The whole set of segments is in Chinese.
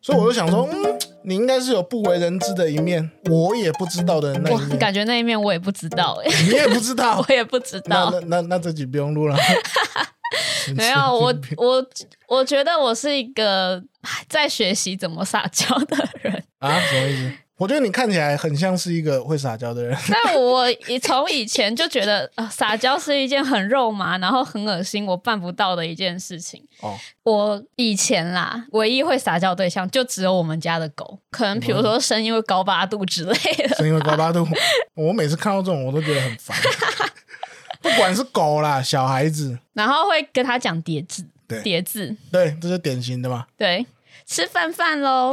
所以我就想说，嗯，你应该是有不为人知的一面，我也不知道的那我一面，感觉那一面我也不知道哎、你也不知道我。也 不知 那道那。那那这集不用录了。 没有，我我我觉得我是一个在学习怎么撒娇的人， 啊，什么意思？我觉得你看起来很像是一个会撒娇的人。 但我以从以前就觉得、呃、撒娇是一件很肉麻，然后很恶心，我办不到的一件事情。哦，我以前啦，唯一会撒娇的对象就只有我们家的狗，可能比如说声音会高八度之类的。 是因为高八度。我每次看到这种，我都觉得很烦。不管是狗啦，小孩子，然后会跟他讲叠字对，叠字，对，这是典型的嘛。对，吃饭 饭喽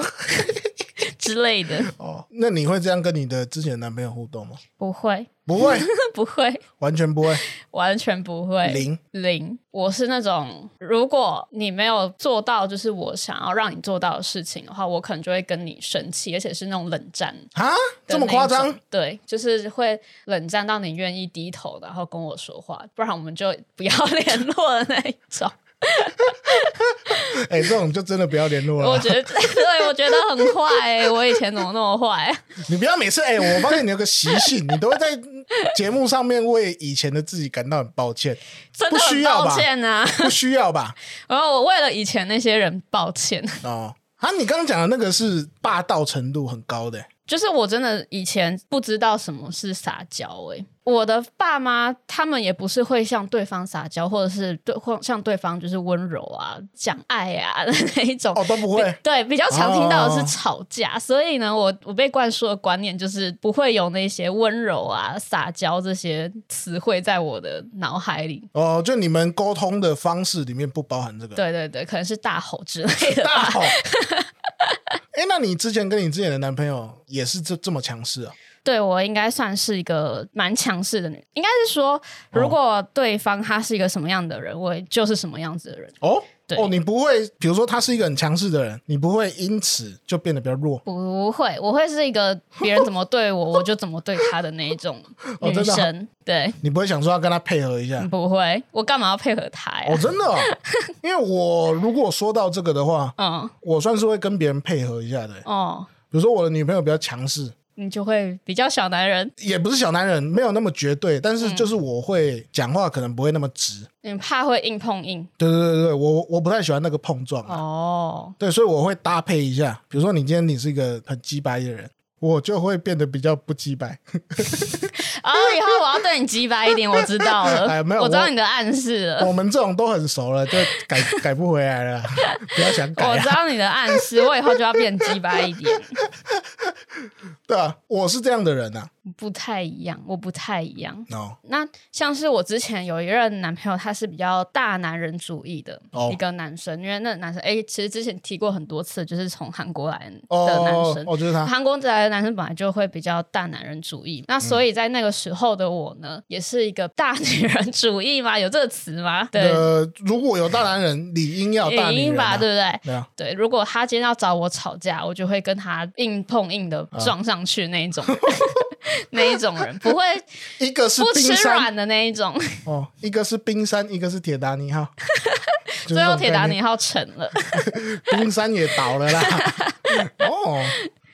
之类的，哦，那你会这样跟你的之前的男朋友互动吗？不会，不 会，不会，完全不会，完全不会。零。零，我是那种如果你没有做到，就是我想要让你做到的事情的话，我可能就会跟你生气，而且是那种冷战。啊，这么夸张？？对，就是会冷战到你愿意低头，然后跟我说话，不然我们就不要联络的那一种。哎、这种就真的不要联络我了觉。得， 对我觉得很坏、欸。我以前怎么那么坏、你不要每次哎、我发现你有个习性，你都会在节目上面为以前的自己感到很抱 歉。真的不需很要吧抱歉啊！不需要吧？然后我为了以前那些人抱歉，哦，啊，你刚刚讲的那个是霸道程度很高的、就是我真的以前不知道什么是撒娇、欸，我的爸妈他们也不是会向对方撒娇，或者是对或向对方就是温柔啊、讲爱啊的 那一种。哦，都不比会。对，比较常听到的哦是吵架，所以呢，我我被灌输的观念就是不会有那些温柔啊、撒娇这些词汇在我的脑海里。哦，就你们沟通的方式里面不包含这个。，对对对，可能是大吼之类的大吧。 好。哎、那你之前跟你之前的男朋友也是这这么强势啊？对我应该算是一个蛮强势的女，应该是哦说，如果对方他是一个什么样的人，我就是什么样子的人。哦，对哦，你不会，比如说他是一个很强势的人，你不会因此就变得比较弱。不会，我会是一个别人怎么对我，我就怎么对他的那一种 哦女真的啊生。对，你不会想说要跟他配合一下？不会，我干嘛要配合他呀哦，？真的哦、 因为我如果说到这个的话，嗯，我算是会跟别人配合一下的。哦，比如说我的女朋友比较强势，你就会比较小男人，也不是小男人，没有那么绝对，但是就是我会讲话可能不会那么直。你怕会硬碰硬。对对对对，我我不太喜欢那个碰撞、啊。哦，对，所以我会搭配一下。比如说，你今天你是一个很鸡掰的人，我就会变得比较不鸡 掰。啊，以后我要对你鸡巴一点，我知道了，哎没有我知道我你的暗示了。我们这种都很熟了，就改 改不回来了，不要想改、我知啊。道你的暗示，我以后就要变鸡巴一点，对啊，我是这样的人呐、不太一样，我不太一样。哦那像是我之前有一任男朋友，他是比较大男人主义的哦一个男生，因为那个男生哎、其实之前提过很多次，就是从韩国来哦的男哦生，，哦就是他。韩国来的男生本来就会比较大男人主义，那嗯所以在那个时候的我呢，也是一个大女人主义吗？有这个词吗？对，呃，如果有大男人，理应要有大原女因人、啊。吧，对不对？对啊，对，如果他今天要找我吵架，我就会跟他硬碰硬的嗯撞上去那一种， 那一种人不会一个是不冰吃山软的那一种。哦，一个是冰山，一个是铁达尼号。就是最这后种铁达概念尼号沉了， 冰山也倒了啦。哦，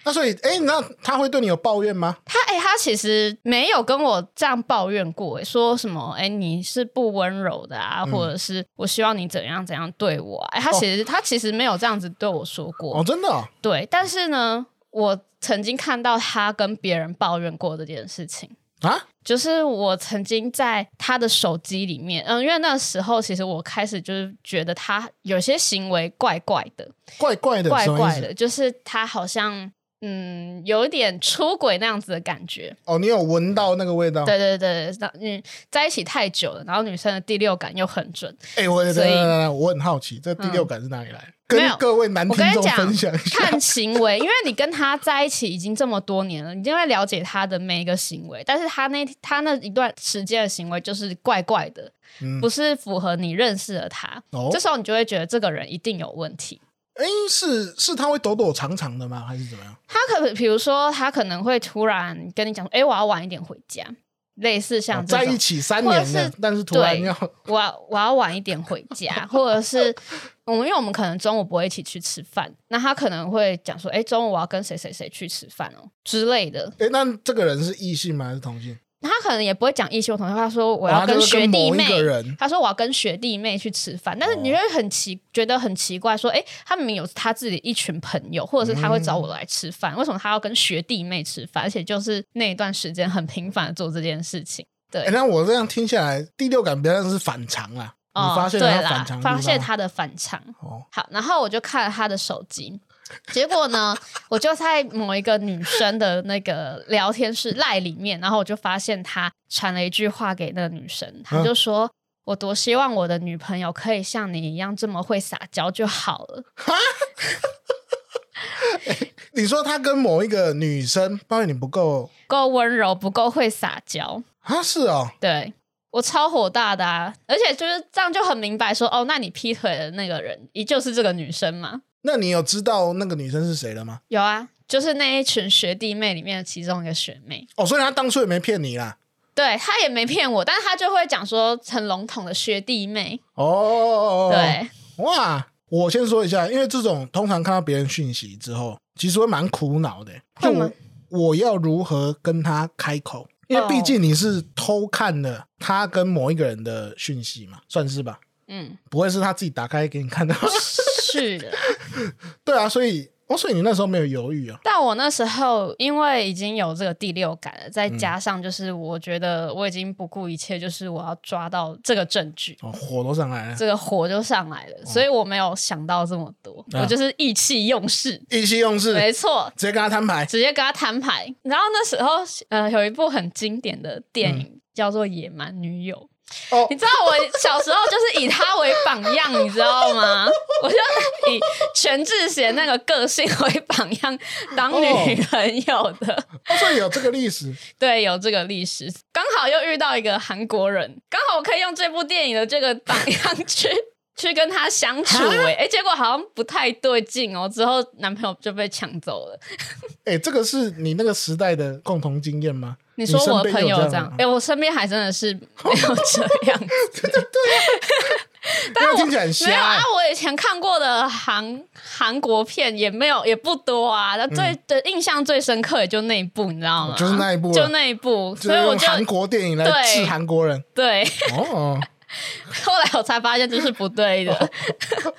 那所以，哎、那他会对你有抱怨吗？他哎、他其实没有跟我这样抱怨过、哎，说什么哎、你是不温柔的啊，嗯或者是我希望你怎样怎样对我、啊，哎、他其实、他其实没有这样子对我说过，哦，真的哦、对，但是呢，我曾经看到他跟别人抱怨过这件事情。啊？就是我曾经在他的手机里面，嗯，因为那时候其实我开始就是觉得他有些行为怪怪的，怪怪的，怪什么怪意思？的，就是他好像嗯有一点出轨那样子的感觉。哦，你有闻到那个味道？对对对，那嗯在一起太久了，然后女生的第六感又很准。哎、我对所以对对对，我很好奇，这第六感是哪里来的？没有跟各位男听我众跟你讲分享一下。看行为，因为你跟他在一起已经这么多年了，你就会了解他的每一个行为。但是他那他那一段时间的行为就是怪怪的，嗯不是符合你认识的他。哦这时候你就会觉得这个人一定有问题。哎、是是，他会抖抖长长的吗？还是怎么样？他可比如说，他可能会突然跟你讲：“哎、我要晚一点回家。”类似像这在种一起三或者年了，是但是突然对要我要我要晚一点回 家，或者是我们因为我们可能中午不会一起去吃饭，那他可能会讲说，哎、中午我要跟谁谁谁去吃饭哦之类的。哎，那这个人是异性吗？还是同性？他可能也不会讲异性同学，他说我哦要他就是学弟某一妹，个人，哦他说我要跟学弟妹去吃饭，但是你会很奇，觉得很奇怪，说，哎、他明明有他自己一群朋友，或者是他会找我来吃嗯饭，为什么他要跟学弟妹吃饭？而且就是那一段时间很频繁的做这件事情。对哎，，那我这样听下来，第六感比较像是反常啊啦。你哦，发现对了啦反常，的地方发吗，现他的反常。哦，好，然后我就看了他的手机，结果呢，我就在某一个女生的那个聊天室赖里面，然后我就发现他传了一句话给那个女生，他就说。我多希望我的女朋友可以像你一样这么会撒娇就好了。你说他跟某一个女生，抱怨你不够不够温柔，不够会撒娇，啊？是哦，对我超火大的啊！而且就是这样就很明白说，哦，那你劈腿的那个人，也就是这个女生嘛？那你有知道那个女生是谁了吗？有啊，就是那一群学弟妹里面的其中一个学妹。哦，所以他当初也没骗你啦。对他也没骗我，但是他就会讲说很笼统的学弟妹，哦，，对，哇，我先说一下，因为这种通常看到别人讯息之后，其实会蛮苦恼的。就会吗我我要如何跟他开口？因为毕竟你是偷看了他跟某一个人的讯息嘛，算是吧？嗯，不会是他自己打开给你 看的。是的。对啊，所以哦，所以你那时候没有犹豫啊？ 但我那时候因为已经有这个第六感了，再嗯加上就是我觉得我已经不顾一切，就是我要抓到这个证据，哦，火都上来了，这个火就上来了，所以我没有想到这么多，哦啊我就是意气 用事，意气用事，没错。直接跟他摊牌。直接跟他摊牌，然后那时候，呃，有一部很经典的电嗯影、叫做《野蛮女友》，哦你，知道我小时候就是以他为榜样，你知道吗？我就以全智贤那个个性为榜样当女朋友的。哦所以有这个历史，对，有这个历史，刚好又遇到一个韩国人，刚好我可以用这部电影的这个榜样 去。去跟他相处、欸，哎、结果好像不太对劲哦。之后男朋友就被抢走了。哎、这个是你那个时代的共同经验吗？你说我的朋你身边友有这这样样？哎哎、我身边还真的是没有这样子。 但那我听起来很没有瞎、啊欸。，我以前看过的韩韩国片也没有，也不多啊。那最、的印象最深刻也就那一部，你知道吗？嗯就是那一部啊就那一部。就所是以我用就韩国电影来对治韩国人。对， 哦，后来我才发现这是不对的，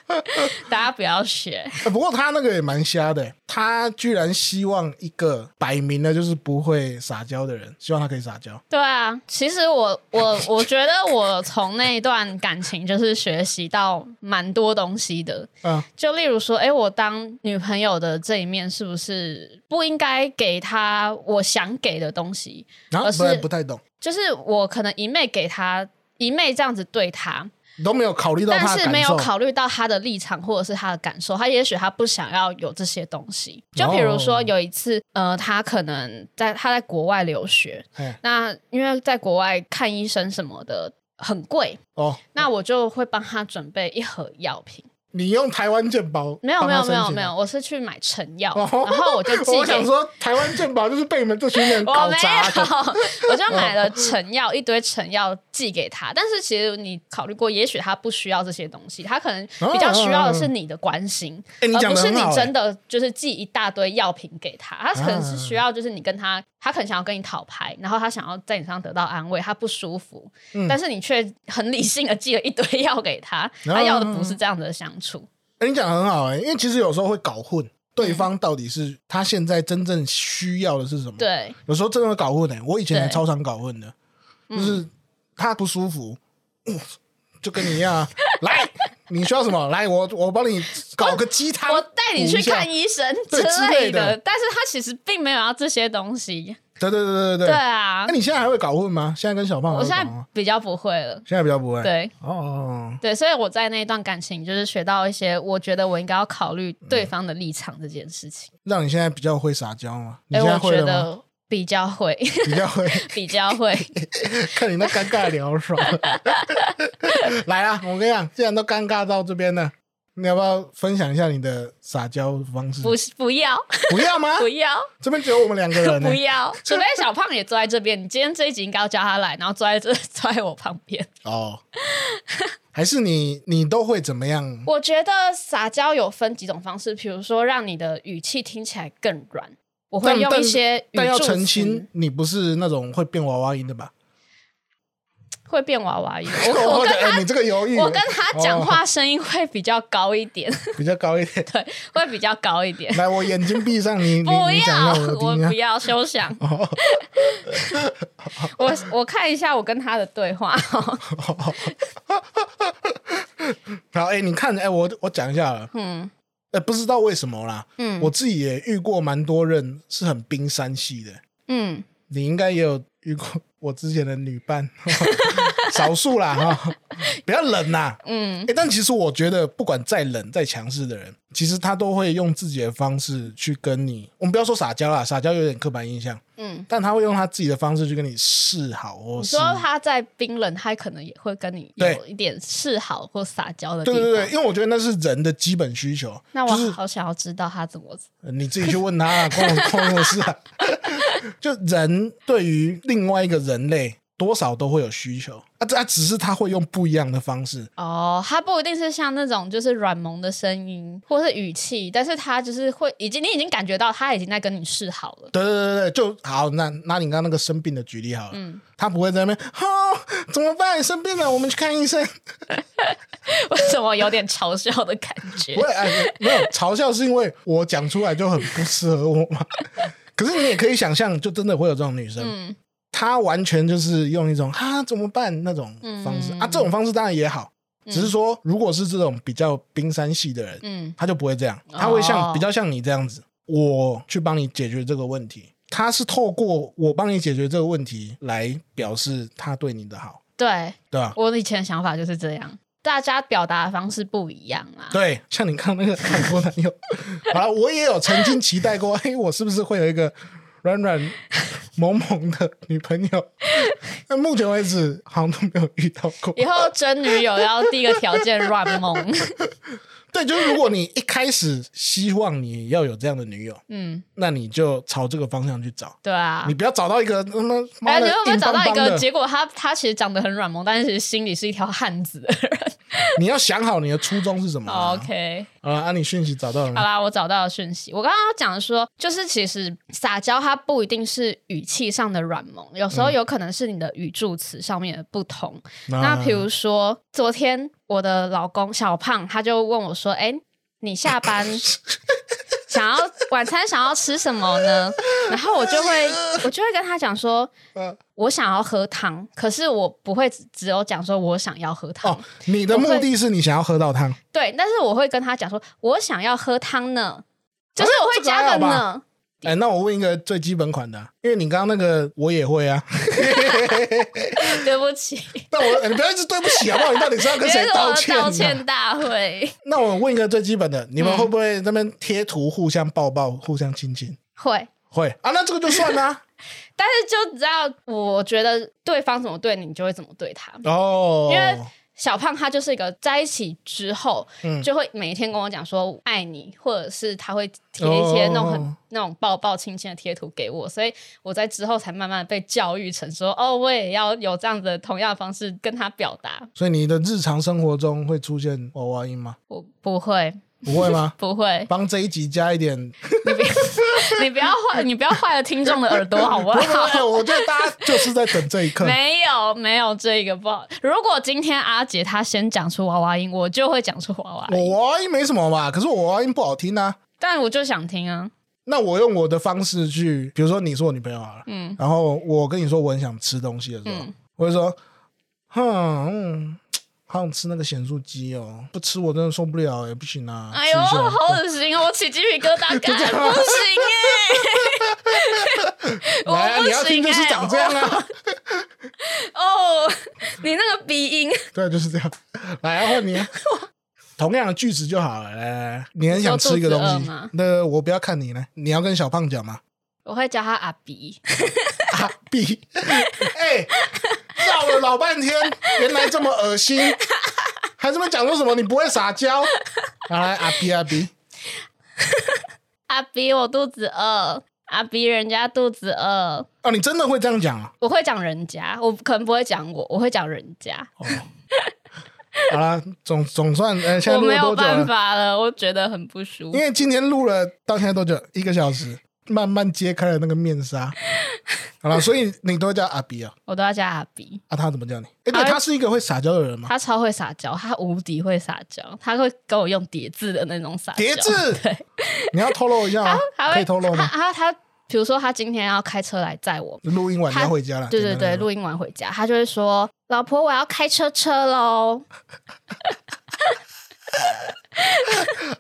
哦 大家不要学。欸不过他那个也蛮瞎的欸，他居然希望一个摆明了就是不会撒娇的人，希望他可以撒娇。对啊，其实我我我觉得我从那一段感情就是学习到蛮多东西的，嗯，就例如说，哎、我当女朋友的这一面是不是不应该给她我想给的东西？然后而是不然不太懂，就是我可能一昧给他一昧这样子对他，都没有考虑到但他的是感没有受。考虑到他的立场或者是他的感受，他也许他不想要有这些东西。就比如说哦有一次，呃，他可能在他在国外留学，哎，那因为在国外看医生什么的很贵，哦，那我就会帮他准备一盒药品。你用台湾健保没有帮没他有没申有请没啊有，。我是去买成药，哦然后我就寄 我给想说，台湾健保就是被你们这群人我搞没砸啊嗯的。有，我就买了成药，一堆成药寄给他。但是其实你考虑过，也许他不需要这些东西，他可能嗯比较需要的是你的关心，哎、啊你而讲哦的不是很你好、欸，真的就是寄一大堆药品给他。他可能是需要，就是你跟他，他可能想要跟你讨牌，然后他想要在你身上得到安慰，他不舒服，嗯但是你却很理性的寄了一堆 药给他，他要的不嗯是这样的相处。哎、你讲的很好哎、因为其实有时候会搞混，对方到底是他现在真正需要的是什么？，对，有时候真的会搞混哎、我以前也对超常搞混的，就是他不舒服， 嗯、就跟你一样、啊，来，你需要什么？来，我我帮你搞个鸡汤， 我带你补去一下看。医生对之之类类的但是他其实并没有要这些东西。对对对对对对对。啊那、，你现在还会搞混吗？现在跟小胖还我会现搞在混吗？比较不会了。现在比较不会。对哦哦，哦对，所以我在那一段感情就是学到一些，我觉得我应该要考虑对方的立场这件事情。让你现在比较会撒娇吗？你哎、现在我会觉了吗？得比较会， 比较会。 比较 会。看你那 尴尬的聊爽。来啊，我跟你讲，既然都尴尬到这边了，你要不要分享一下你的撒娇方式？不不要不要吗？不 要这边只有我们两个人、呢 不要，除非小胖也坐在这边。你今天这一集应该要叫他来，然后坐在这 坐在我旁边。哦，还是你你都会怎么样？我觉得撒娇有分几种方式，比如说让你的语气听起来更软，我会但用但一些语但要助澄词清，你不是那种会变娃娃音的吧？会变娃娃 音。 我我跟哎你这个犹豫，我跟他讲哦话声音会比较高一点，比较高一点。对， 会比较高一点。 来，我眼睛闭上， 你你不你讲要让我，我听不一下。要休想。 哦， 我我看一下我跟他的对话。 好，哎、你看，哎、我我讲一下了，嗯哎、不知道为什么啦，嗯我自己也遇过蛮多人是很冰山系的，嗯，你应该也有遇过我之前的女 伴，少数啦哈、不要冷啦，嗯，欸但其实我觉得，不管再冷再强势的人，其实他都会用自己的方式去跟你。我们不要说撒娇啦，撒娇有点刻板印象。嗯，但他会用他自己的方式去跟你示好或你是说他在冰冷，他可能也会跟你对有一点示好或撒娇的地对方。对对，因为我觉得那是人的基本需求。那就是我好想要知道他怎么。呃你自己去问他、 啊，关我关我什么事啊？ 就人对于另外一个人类，多少都会有需求啊，这啊只是他会用不一样的方式。哦，他不一定是像那种就是软萌的声音或是语气，但是他就是会已经你已经感觉到他已经在跟你示好了。 对对对对，就好。那拿你刚刚那个生病的举例好了，嗯他不会在那边，哈、怎么办？生病了，我们去看医生。为什么有点嘲笑的感觉不？会，哎，没有嘲笑是因为我讲出来就很不适合我嘛。可是你也可以想象，就真的会有这种女生，嗯她完全就是用一种啊怎么办那种方式、嗯啊，这种方式当然也好，只是说如果是这种比较冰山系的人，嗯他就不会这样，他会像、哦比较像你这样子，我去帮你解决这个问题。他是透过我帮你解决这个问题来表示他对你的好，对对吧？我以前的想法就是这样，大家表达的方式不一样啊。对，像你看那个韩国 男友，好了，我也有曾经期待过， 哎，我是不是会有一个软软 萌萌的女朋友？ 但目前为止好像都没有遇到过。以后真女友要第一个条件 软萌，对，就是如果你一开始希望你要有这样的女友，嗯，那你就朝这个方向去找，对啊你。不要找到一个他妈妈哎，的你有没有硬找邦到一邦个的。结果他？他其实长得很软萌，但是其实心里是一条汉 子的人。 你要想好你的初衷是什么啊、哦 OK，哦好了，啊，你讯息找到了好吗？啦，我找到了讯息。我刚刚讲说，就是其实撒娇它不一定是语气上的软萌，有时候嗯有可能是你的语助词上面的不同。那比如说，昨天我的老公小胖他就问我说：“哎、你下 班想要晚餐想要吃什么呢？”然后我就会我就会跟他讲说哎嗯。我想要喝汤，可是我不会只只有讲说我想要喝汤，哦，你的目的是你想要喝到汤，对，但是我会跟他讲说我想要喝汤呢，就是我这会个还加好个吧呢。哎，那我问一个最基本款的啊、因为你刚刚那个我也会啊。 对不起，那我、哎你不要一直对不起好不好？你到底是要跟因为谁是我的歉、啊？道歉嗯大会那我问一个最基本的，你们会不会在那边贴图互相抱抱、互相亲亲？会，会啊，那这个就算啦、 但是就只要我觉得对方怎么对你，你就会怎么对他。哦，因为小胖他就是一个在一起之后，嗯就会每天跟我讲说爱你，或者是他会贴一些那种很、哦那种抱抱亲亲的贴图给我，所以我在之后才慢慢被教育成说，哦，我也要有这样子的同样的方式跟他表达。所以你的日常生活中会出现娃娃音吗？我不会，？不会吗不会，帮这一集加一 点，你不要你不要 坏，你不要坏了听众的耳朵好不好？哎我觉得大家就是在等这一刻。 没有，没有这个不好。如果今天阿杰她先讲出娃娃音，我就会讲出娃娃音，我娃娃音没什么嘛，可是我娃娃音不好听啊。但我就想听啊。那我用我的方式去，比如说你是我女朋友好了，嗯，然后我跟你说我很想吃东西的时候，嗯我就说，哼，嗯，好想吃那个咸酥鸡哦，不吃我真的受不了，也不行啊，哎呦，吃一下好恶 心哦！我起鸡皮疙瘩，干不行哎、来啊，我不你要行听就是哎长这样啊，哦， 你那个鼻音，对，就是这样，来啊，换你啊。同样的句子就好了。来来来，你很想吃一个东说肚西子饿吗，那我不要看你呢，你要跟小胖讲嘛。我会叫他阿鼻。啊比，哎、绕了老半天，原来这么恶心，还这么讲说什么你不会撒娇？然后来阿 B 阿 B，阿比，我肚子饿。阿比，人家肚子饿。哦，你真的会这样讲啊？我会讲人家，我可能不会讲我，我会讲人家。哦，好啦，总总算，呃，现在我录没了多有久办了？法了，我觉得很不舒服因。为今天录了到现在多久？一个小时，慢慢揭开了那个面纱。好了，所以你都会叫阿 B 啊？我都要叫阿比，啊，他怎么叫你？哎，对，他会他是一个会撒娇的人吗？他超会撒娇，他无敌会撒娇，他会跟我用叠字的那种撒娇。叠字对，你要透露一下吗？他可会以透露他吗？他他，比如说他今天要开车来载我，录音完你要回家了。对简对单对，来说录音完回家，他就会说：“老婆，我要开车车喽。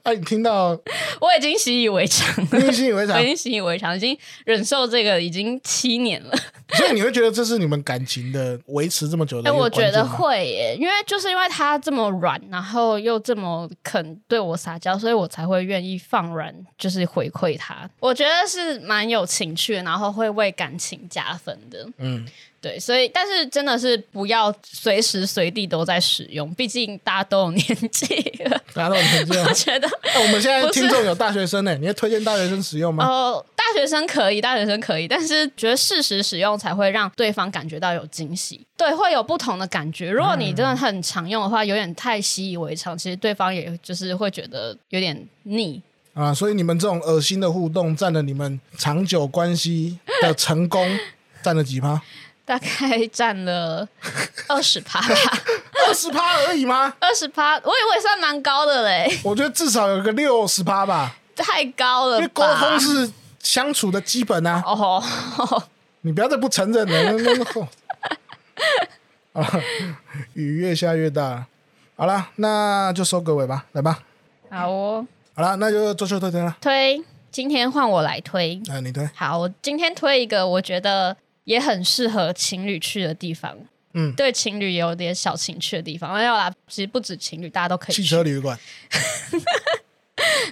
哎，你听到？” 我已经习以为常了，你已经以为啥 我已？经习以为常，已经忍受这个已经七年了。所以你会觉得这是你们感情的维持这么久的哎、一个我关觉键得吗会耶，因为就是因为他这么软，然后又这么肯对我撒娇，所以我才会愿意放软，就是回馈他。我觉得是蛮有情趣的，然后会为感情加分的。嗯，对，所以但是真的是不要随时随地都在使用，毕竟大家都有年纪了。大家都很这样 我。觉得哎我们现在不是听众有大学生呢，你会推荐大学生使用吗？哦，大学生可以，大学生可以，但是觉得适时使用才会让对方感觉到有惊喜，对，会有不同的感觉。如果你真的很常用的话，有点太习以为常，其实对方也就是会觉得有点腻。啊，所以你们这种恶心的互动，占了你们长久关系的成功占了几趴？大概占了二十趴吧，二十趴而已吗？二十趴，我以为算蛮高的嘞，我觉得至少有个六十趴吧，太高了因吧为？沟通是相处的基本啊。哦，你不要再不承认 了，那那后啊，雨越下越大了。好了，那就收个尾吧，来吧。好哦，好了，那就做秀推推了。推，今天换我来推，哎、你推，好，我今天推一个我觉得也很适合情侣去的地方，嗯对情侣有点小情趣的地方。没有啦，其实不止情侣，大家都可以汽去。车旅馆。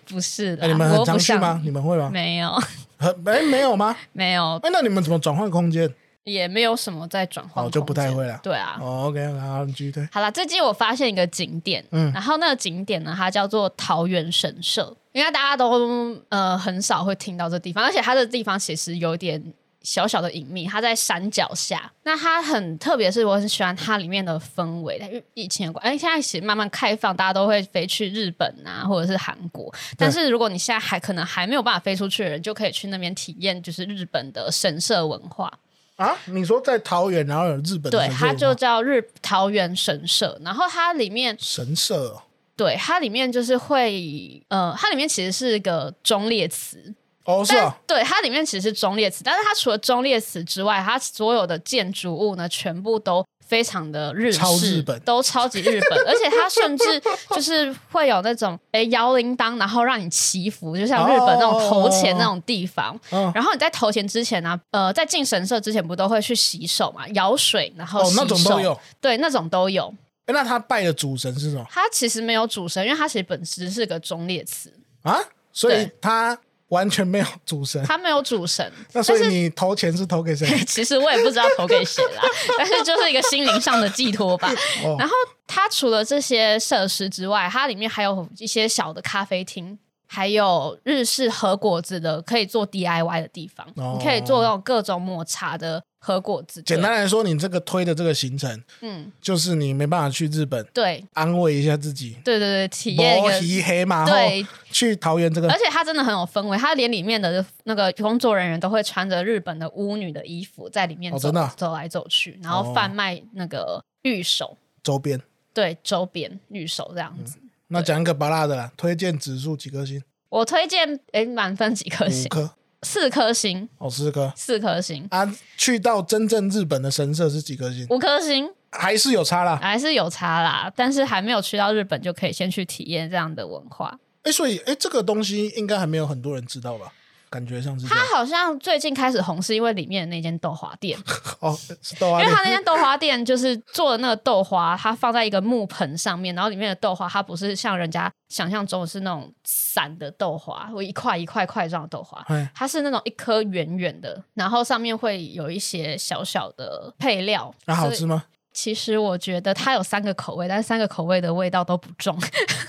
不是啦，哎、你们啊我很又常不去像吗？你们会吗？没有，很哎、没有吗？没有，哎、那你们怎么转换空间？也没有什么在转换、哦，就不太。会了。对啊，哦，OK，好，你继续推。好啦，最近我发现一个景点，嗯然后那个景点呢，它叫做桃园神社，应该大家都呃很少会听到这地方，而且它的地方其实有点小小的隐秘，它在山脚下。那它很特别，是我很喜欢它里面的氛围，因为疫情的关，哎，现在其实慢慢开放，大家都会飞去日本啊，或者是韩国。但是如果你现在还可能还没有办法飞出去的人，就可以去那边体验，就是日本的神社文化。啊，你说在桃园，然后有日本的对，神社它就文化叫日桃园神社，然后它里面神社哦对，它里面就是会，呃，它里面其实是一个中列词，哦，是但哦，对，它里面其实是中列词，但是它除了中列词之外，它所有的建筑物呢，全部都非常的日式，超日本都超级日本，而且它甚 至就是会有那种诶摇铃铛，然后让你祈福，就像日本那种投钱那种地方。哦嗯，然后你在投钱之前呢、呃，在进神社之前不都会去洗手嘛，舀水，然后哦洗，手，那种都有。对，那种都有。哎那他拜的主神是什么它其实没有主神，因为它其实本质是个中列词，啊？所以对他完全没有主神。它没有主神。 那所以你投钱是投给谁？其实我也不知道投给谁啦， 但是就是一个心灵上的寄托吧。哦然后它除了这些设施之外，它里面还有一些小的咖啡厅，还有日式和果子的可以做 DIY 的地方，哦你可以做那种各种抹茶的和果子。简单，来说，你这个推的这个行程，嗯，就是你没办法去日本，对安慰一下自己，对对对，体验一磨个。皮黑马后对去桃园 这个而且它真的很有氛围，它连里面的那个工作人员都会穿着日本的巫女的衣服在里面哦走、真的啊哦走来走去，然后贩卖那个玉手，周边。对周边玉手这样子。那讲一个巴拉的啦，推荐指数几颗星？我推荐，诶，满分几颗五星？颗四颗星，哦，四颗四颗星，啊。去到真正日本的神社是几颗星？五颗星，还是有差啦。还是有差啦。但是还没有去到日本，就可以先去体验这样的文化。哎，所以哎，这个东西应该还没有很多人知道吧？感觉上是啊这它样。好像最近开始红，是因为里面的那间豆花店，哦，是豆花因为店他那间豆花店就是做的那个豆花，它放在一个木盆上面，然后里面的豆花它不是像人家想象中的是那种散的豆花，或一块一块块状的豆花，哎，它是那种一颗圆圆的，然后上面会有一些小小的配料，那、好所以 吃吗？其实我觉得它有三个口味，但是三个口味的味道都不重，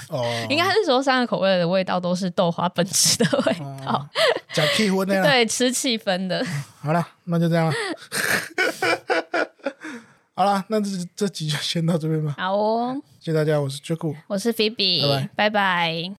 哦，应该是说三个口味的味道都是豆花本质的味啊道，哦讲屁婚那样。对，吃气 氛的。好了，那就这样了。 好了，那这这集就先到这边吧。好哦，谢谢大家，我是 j a c o 我是菲比，拜拜拜